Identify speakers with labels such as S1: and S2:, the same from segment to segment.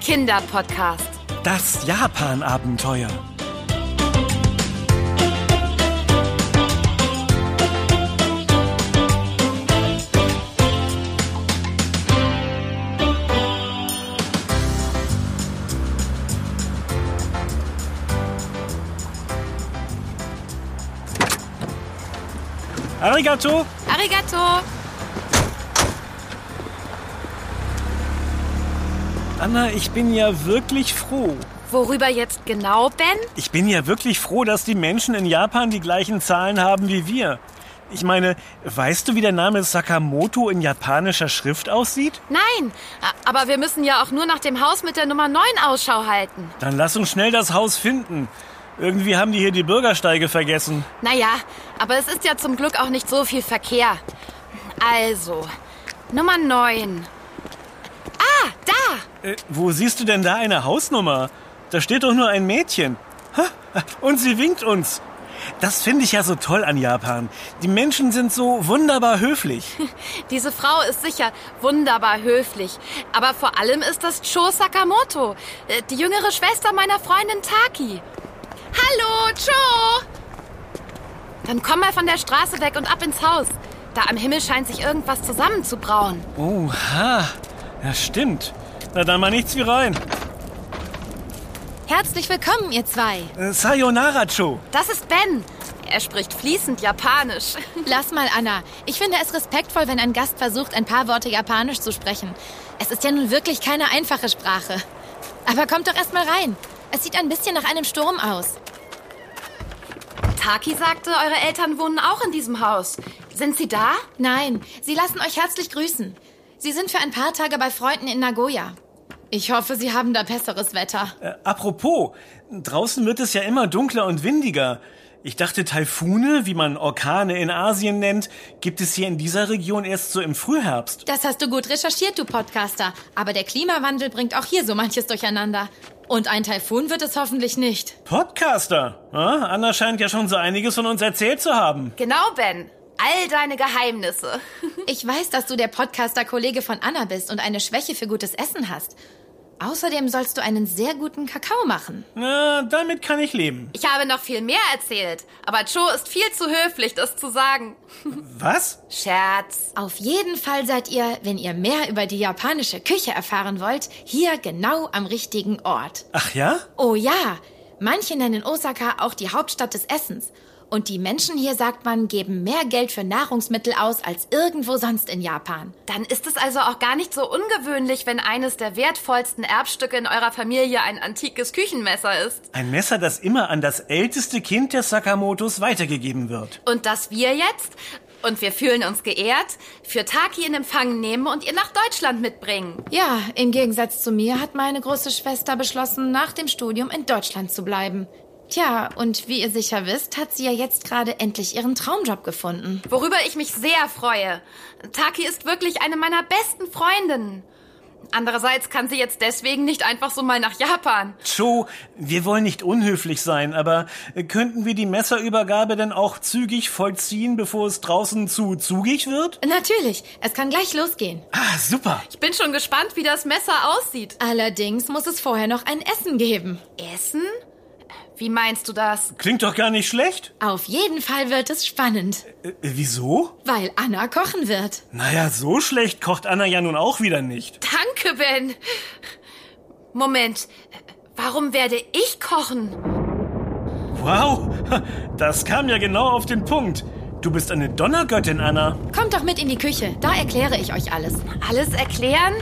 S1: Kinderpodcast.
S2: Das Japan-Abenteuer. Arigato!
S1: Arigato.
S2: Anna, ich bin ja wirklich froh.
S1: Worüber jetzt genau, Ben?
S2: Ich bin ja wirklich froh, dass die Menschen in Japan die gleichen Zahlen haben wie wir. Ich meine, weißt du, wie der Name Sakamoto in japanischer Schrift aussieht?
S1: Nein, a- aber wir müssen ja auch nur nach dem Haus mit der Nummer 9 Ausschau halten.
S2: Dann lass uns schnell das Haus finden. Irgendwie haben die hier die Bürgersteige vergessen.
S1: Naja, aber es ist ja zum Glück auch nicht so viel Verkehr. Also, Nummer 9. Ah, da!
S2: Äh, wo siehst du denn da eine Hausnummer? Da steht doch nur ein Mädchen. Ha, und sie winkt uns. Das finde ich ja so toll an Japan. Die Menschen sind so wunderbar höflich.
S1: Diese Frau ist sicher wunderbar höflich. Aber vor allem ist das Cho Sakamoto, äh, die jüngere Schwester meiner Freundin Taki. Hallo, Cho! Dann komm mal von der Straße weg und ab ins Haus. Da am Himmel scheint sich irgendwas zusammenzubrauen.
S2: Oha, ja stimmt. Na dann mal nichts wie rein.
S3: Herzlich willkommen, ihr zwei.
S2: Äh, Sayonara, Cho.
S1: Das ist Ben. Er spricht fließend Japanisch.
S3: Lass mal, Anna. Ich finde es respektvoll, wenn ein Gast versucht, ein paar Worte Japanisch zu sprechen. Es ist ja nun wirklich keine einfache Sprache. Aber kommt doch erst mal rein. Es sieht ein bisschen nach einem Sturm aus.
S1: Taki sagte, eure Eltern wohnen auch in diesem Haus. Sind sie da?
S3: Nein, sie lassen euch herzlich grüßen. Sie sind für ein paar Tage bei Freunden in Nagoya. Ich hoffe, sie haben da besseres Wetter.
S2: Äh, apropos, draußen wird es ja immer dunkler und windiger. Ich dachte, Taifune, wie man Orkane in Asien nennt, gibt es hier in dieser Region erst so im Frühherbst.
S3: Das hast du gut recherchiert, du Podcaster. Aber der Klimawandel bringt auch hier so manches durcheinander. Und ein Taifun wird es hoffentlich nicht.
S2: Podcaster? Ja, Anna scheint ja schon so einiges von uns erzählt zu haben.
S1: Genau, Ben. All deine Geheimnisse.
S3: Ich weiß, dass du der Podcaster-Kollege von Anna bist und eine Schwäche für gutes Essen hast. Außerdem sollst du einen sehr guten Kakao machen.
S2: Na, damit kann ich leben.
S1: Ich habe noch viel mehr erzählt, aber Joe ist viel zu höflich, das zu sagen.
S2: Was?
S1: Scherz.
S3: Auf jeden Fall seid ihr, wenn ihr mehr über die japanische Küche erfahren wollt, hier genau am richtigen Ort.
S2: Ach ja?
S3: Oh ja, manche nennen Osaka auch die Hauptstadt des Essens. Und die Menschen hier, sagt man, geben mehr Geld für Nahrungsmittel aus als irgendwo sonst in Japan.
S1: Dann ist es also auch gar nicht so ungewöhnlich, wenn eines der wertvollsten Erbstücke in eurer Familie ein antikes Küchenmesser ist.
S2: Ein Messer, das immer an das älteste Kind der Sakamotos weitergegeben wird.
S1: Und dass wir jetzt, und wir fühlen uns geehrt, für Taki in Empfang nehmen und ihr nach Deutschland mitbringen.
S3: Ja, im Gegensatz zu mir hat meine große Schwester beschlossen, nach dem Studium in Deutschland zu bleiben. Tja, und wie ihr sicher wisst, hat sie ja jetzt gerade endlich ihren Traumjob gefunden.
S1: Worüber ich mich sehr freue. Taki ist wirklich eine meiner besten Freundinnen. Andererseits kann sie jetzt deswegen nicht einfach so mal nach Japan.
S2: Cho, wir wollen nicht unhöflich sein, aber könnten wir die Messerübergabe denn auch zügig vollziehen, bevor es draußen zu zugig wird?
S3: Natürlich, es kann gleich losgehen.
S2: Ah, super.
S1: Ich bin schon gespannt, wie das Messer aussieht.
S3: Allerdings muss es vorher noch ein Essen geben.
S1: Essen? Wie meinst du das?
S2: Klingt doch gar nicht schlecht.
S3: Auf jeden Fall wird es spannend,
S2: Äh, wieso?
S3: weil Anna kochen wird.
S2: Naja, so schlecht kocht Anna ja nun auch wieder nicht.
S1: Danke, Ben. Moment, warum werde ich kochen?
S2: Wow, das kam ja genau auf den Punkt. Du bist eine Donnergöttin, Anna.
S3: Kommt doch mit in die Küche, da erkläre ich euch alles.
S1: Alles erklären?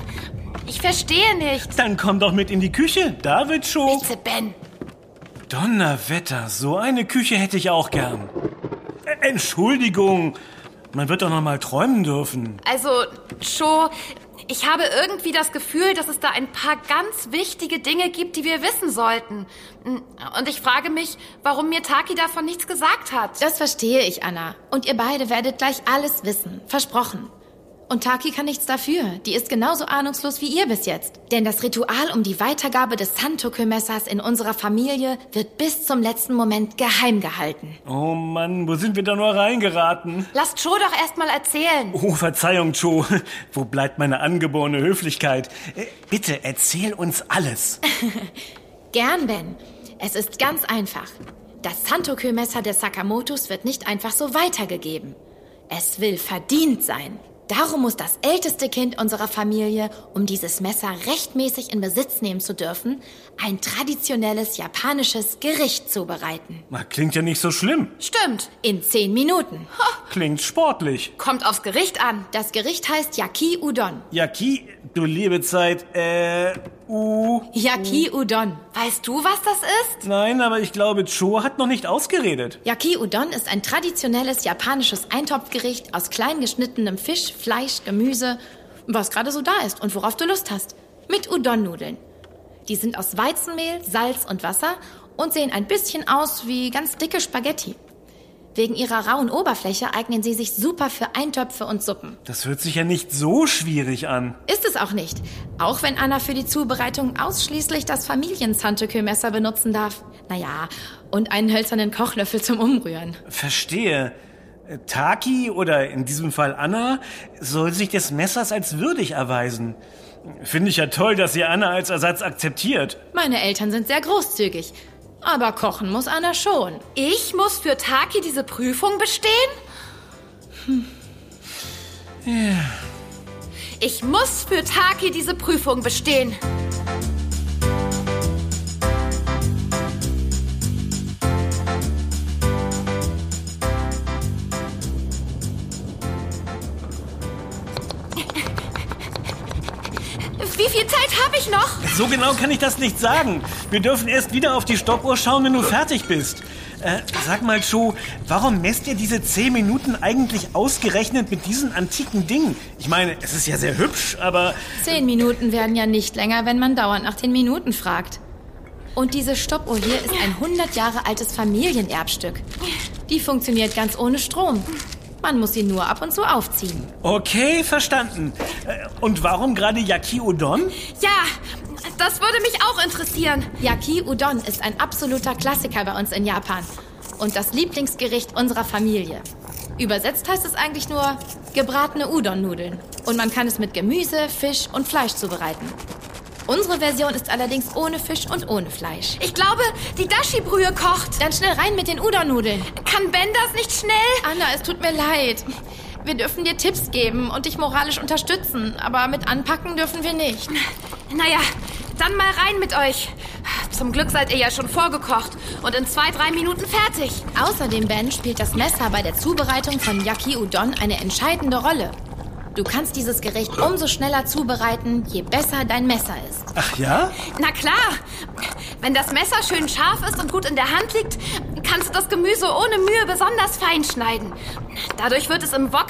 S1: Ich verstehe nicht.
S2: Dann komm doch mit in die Küche, David Show.
S1: Bitte, Ben.
S2: Donnerwetter, so eine Küche hätte ich auch gern. Ä- Entschuldigung, man wird doch noch mal träumen dürfen.
S1: Also, Cho, ich habe irgendwie das Gefühl, dass es da ein paar ganz wichtige Dinge gibt, die wir wissen sollten. Und ich frage mich, warum mir Taki davon nichts gesagt hat.
S3: Das verstehe ich, Anna. Und ihr beide werdet gleich alles wissen, versprochen. Und Taki kann nichts dafür. Die ist genauso ahnungslos wie ihr bis jetzt. Denn das Ritual um die Weitergabe des Santoku-Messers in unserer Familie wird bis zum letzten Moment geheim gehalten.
S2: Oh Mann, wo sind wir da nur reingeraten?
S1: Lasst Cho doch erstmal erzählen.
S2: Oh, Verzeihung, Joe. Wo bleibt meine angeborene Höflichkeit? Äh, Bitte erzähl uns alles.
S3: Gern, Ben. Es ist ganz einfach. Das Santoku-Messer des Sakamotos wird nicht einfach so weitergegeben. Es will verdient sein. Darum muss das älteste Kind unserer Familie, um dieses Messer rechtmäßig in Besitz nehmen zu dürfen, ein traditionelles japanisches Gericht zubereiten.
S2: Na, klingt ja nicht so schlimm.
S1: Stimmt.
S3: In zehn Minuten.
S2: Klingt sportlich.
S1: Kommt aufs Gericht an.
S3: Das Gericht heißt Yaki Udon.
S2: Yaki, du liebe Zeit, äh, uh.
S3: Yaki Udon.
S1: Weißt du, was das ist?
S2: Nein, aber ich glaube, Joe hat noch nicht ausgeredet.
S3: Yaki Udon ist ein traditionelles japanisches Eintopfgericht aus klein geschnittenem Fisch, Fleisch, Gemüse, was gerade so da ist und worauf du Lust hast. Mit Udon-Nudeln. Die sind aus Weizenmehl, Salz und Wasser und sehen ein bisschen aus wie ganz dicke Spaghetti. Wegen ihrer rauen Oberfläche eignen sie sich super für Eintöpfe und Suppen.
S2: Das hört sich ja nicht so schwierig an.
S3: Ist es auch nicht. Auch wenn Anna für die Zubereitung ausschließlich das Familien-Santoku-Messer benutzen darf. Naja, und einen hölzernen Kochlöffel zum Umrühren.
S2: Verstehe. Äh, Taki oder in diesem Fall Anna soll sich des Messers als würdig erweisen. Finde ich ja toll, dass ihr Anna als Ersatz akzeptiert.
S3: Meine Eltern sind sehr großzügig. Aber kochen muss Anna schon.
S1: Ich muss für Taki diese Prüfung bestehen? Hm. Ich muss für Taki diese Prüfung bestehen. Wie viel Zeit habe ich noch?
S2: So genau kann ich das nicht sagen. Wir dürfen erst wieder auf die Stoppuhr schauen, wenn du fertig bist. Äh, sag mal, Joe, warum messt ihr diese 10 Minuten eigentlich ausgerechnet mit diesen antiken Dingen? Ich meine, es ist ja sehr hübsch, aber
S3: Zehn Minuten werden ja nicht länger, wenn man dauernd nach den Minuten fragt. Und diese Stoppuhr hier ist ein 100 Jahre altes Familienerbstück. Die funktioniert ganz ohne Strom. Man muss sie nur ab und zu aufziehen.
S2: okay, verstanden. Äh, und warum gerade Yaki Udon?
S1: Ja, das würde mich auch interessieren.
S3: Yaki Udon ist ein absoluter Klassiker bei uns in Japan und das Lieblingsgericht unserer Familie. Übersetzt heißt es eigentlich nur gebratene Udon-Nudeln und man kann es mit Gemüse, Fisch und Fleisch zubereiten. Unsere Version ist allerdings ohne Fisch und ohne Fleisch.
S1: Ich glaube, die Dashi-Brühe kocht.
S3: Dann schnell rein mit den Udon-Nudeln.
S1: Kann Ben das nicht schnell?
S3: Anna, es tut mir leid. Wir dürfen dir Tipps geben und dich moralisch unterstützen, aber mit anpacken dürfen wir nicht.
S1: Naja, dann mal rein mit euch. Zum Glück seid ihr ja schon vorgekocht und in zwei, drei Minuten fertig.
S3: Außerdem, Ben, spielt das Messer bei der Zubereitung von Yaki Udon eine entscheidende Rolle. Du kannst dieses Gericht umso schneller zubereiten, je besser dein Messer ist.
S2: Ach ja?
S1: Na klar, wenn das Messer schön scharf ist und gut in der Hand liegt, kannst du das Gemüse ohne Mühe besonders fein schneiden. Dadurch wird es im Wok,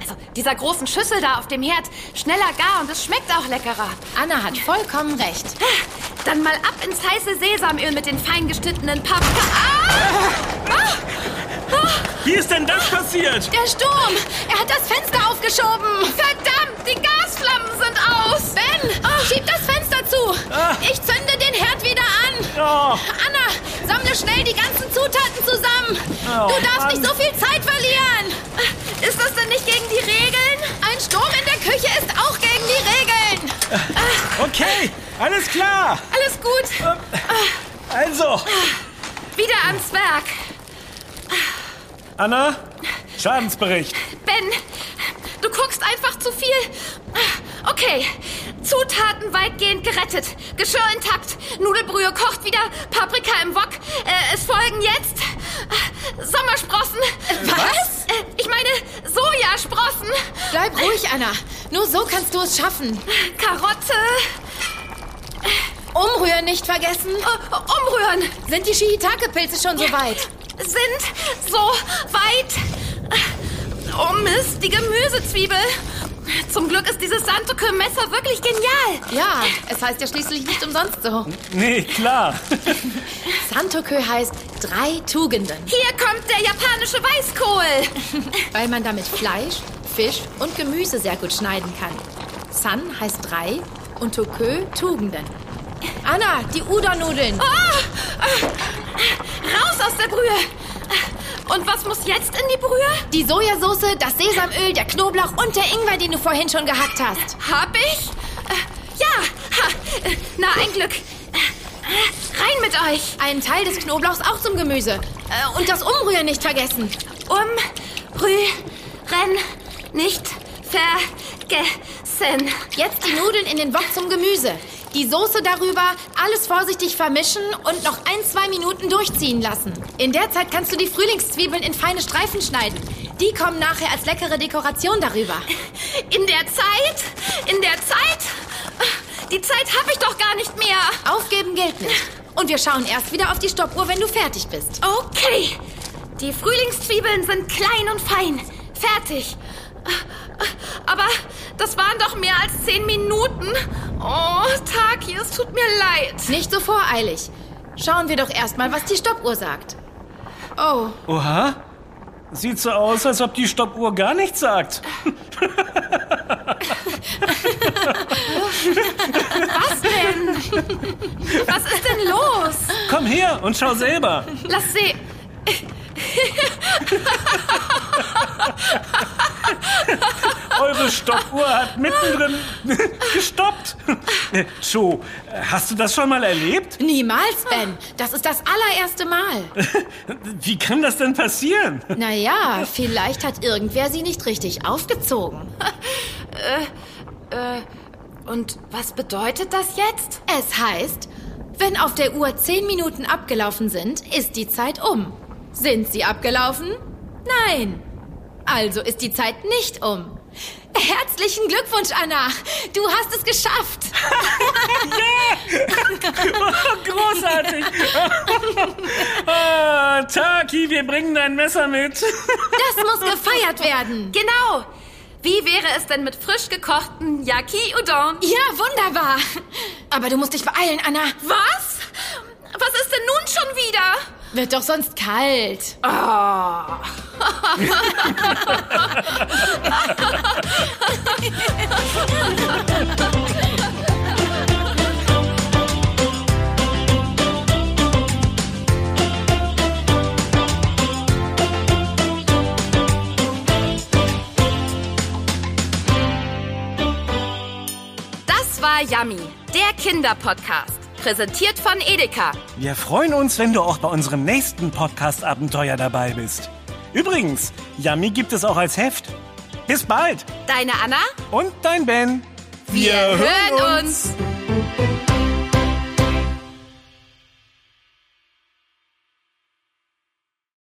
S1: also dieser großen Schüssel da auf dem Herd, schneller gar und es schmeckt auch leckerer.
S3: Anna hat vollkommen recht.
S1: Dann mal ab ins heiße Sesamöl mit den fein geschnittenen Paprika. Ah!
S2: Wie ist denn das passiert?
S3: Der Sturm! Er hat das Fenster aufgeschoben!
S1: Verdammt, die Gasflammen sind aus!
S3: Ben, schieb das Fenster zu! Ich zünde den Herd wieder an!
S2: Oh,
S3: Anna, sammle schnell die ganzen Zutaten zusammen! du darfst
S2: Mann.
S3: nicht so viel Zeit verlieren!
S1: Ist das denn nicht gegen die Regeln?
S3: Ein Sturm in der Küche ist auch gegen die Regeln!
S2: okay, alles klar.
S1: Alles gut,
S2: Also,
S1: wieder ans Werk.
S2: Anna, Schadensbericht.
S1: Ben, du guckst einfach zu viel. Okay. Zutaten weitgehend gerettet. Geschirr intakt. Nudelbrühe kocht wieder. Paprika im Wok. Äh, es folgen jetzt äh, Sommersprossen.
S3: was?
S1: Äh, Ich meine Sojasprossen.
S3: Bleib ruhig, Anna. Nur so kannst du es schaffen.
S1: Karotte.
S3: Umrühren nicht vergessen.
S1: Äh, Umrühren.
S3: Sind die Shiitake-Pilze schon soweit?
S1: Sind so weit. Oh Mist, die Gemüsezwiebel. Zum Glück ist dieses Santoku-Messer wirklich genial.
S3: Ja, es heißt ja schließlich nicht umsonst so.
S2: Nee, klar.
S3: Santoku heißt drei Tugenden,
S1: Hier kommt der japanische Weißkohl.
S3: weil man damit Fleisch, Fisch und Gemüse sehr gut schneiden kann. San heißt drei und Tokö Tugenden. Anna, die Udon-Nudeln.
S1: Raus aus der Brühe! Und was muss jetzt in die Brühe?
S3: Die Sojasauce, das Sesamöl, der Knoblauch und der Ingwer, den du vorhin schon gehackt hast.
S1: Hab ich? Äh, Ja! Ha. Äh, Na, ein Glück! Äh, Rein mit euch!
S3: Einen Teil des Knoblauchs auch zum Gemüse. Äh, Und das Umrühren nicht vergessen.
S1: Umrühren, nicht vergessen.
S3: Jetzt die Nudeln in den Wok zum Gemüse. Die Soße darüber, alles vorsichtig vermischen und noch ein, zwei Minuten durchziehen lassen. In der Zeit kannst du die Frühlingszwiebeln in feine Streifen schneiden. Die kommen nachher als leckere Dekoration darüber.
S1: In der Zeit? In der Zeit? Die Zeit hab ich doch gar nicht mehr!
S3: Aufgeben gilt nicht. Und wir schauen erst wieder auf die Stoppuhr, wenn du fertig bist.
S1: Okay! Die Frühlingszwiebeln sind klein und fein. Fertig. Aber das waren doch mehr als zehn Minuten. Oh, Taki, es tut mir leid.
S3: Nicht so voreilig. Schauen wir doch erstmal, was die Stoppuhr sagt. Oh,
S2: Oha. Sieht so aus, als ob die Stoppuhr gar nichts sagt.
S1: Was denn? Was ist denn los?
S2: Komm her und schau selber.
S1: Lass sehen.
S2: Eure Stoppuhr hat mittendrin gestoppt. Äh, Cho, hast du das schon mal erlebt?
S3: niemals, Ben. Das ist das allererste Mal.
S2: Wie kann das denn passieren?
S3: Naja, vielleicht hat irgendwer sie nicht richtig aufgezogen. Äh,
S1: Und was bedeutet das jetzt?
S3: Es heißt, wenn auf der Uhr zehn Minuten abgelaufen sind, ist die Zeit um. Sind sie abgelaufen? Nein. Also ist die Zeit nicht um. Herzlichen Glückwunsch, Anna. Du hast es geschafft.
S2: Großartig. Ah, Taki, wir bringen dein Messer mit.
S3: Das muss gefeiert werden.
S1: Genau. Wie wäre es denn mit frisch gekochten Yaki Udon?
S3: Ja, wunderbar. Aber du musst dich beeilen, Anna.
S1: Was? Was ist denn nun schon wieder?
S3: Wird doch sonst kalt.
S1: Das war Yummy, der Kinderpodcast. Präsentiert von Edeka.
S2: Wir freuen uns, wenn du auch bei unserem nächsten Podcast-Abenteuer dabei bist. Übrigens, Yummy gibt es auch als Heft. Bis bald.
S1: Deine Anna?
S2: Und dein Ben.
S1: Wir hören uns.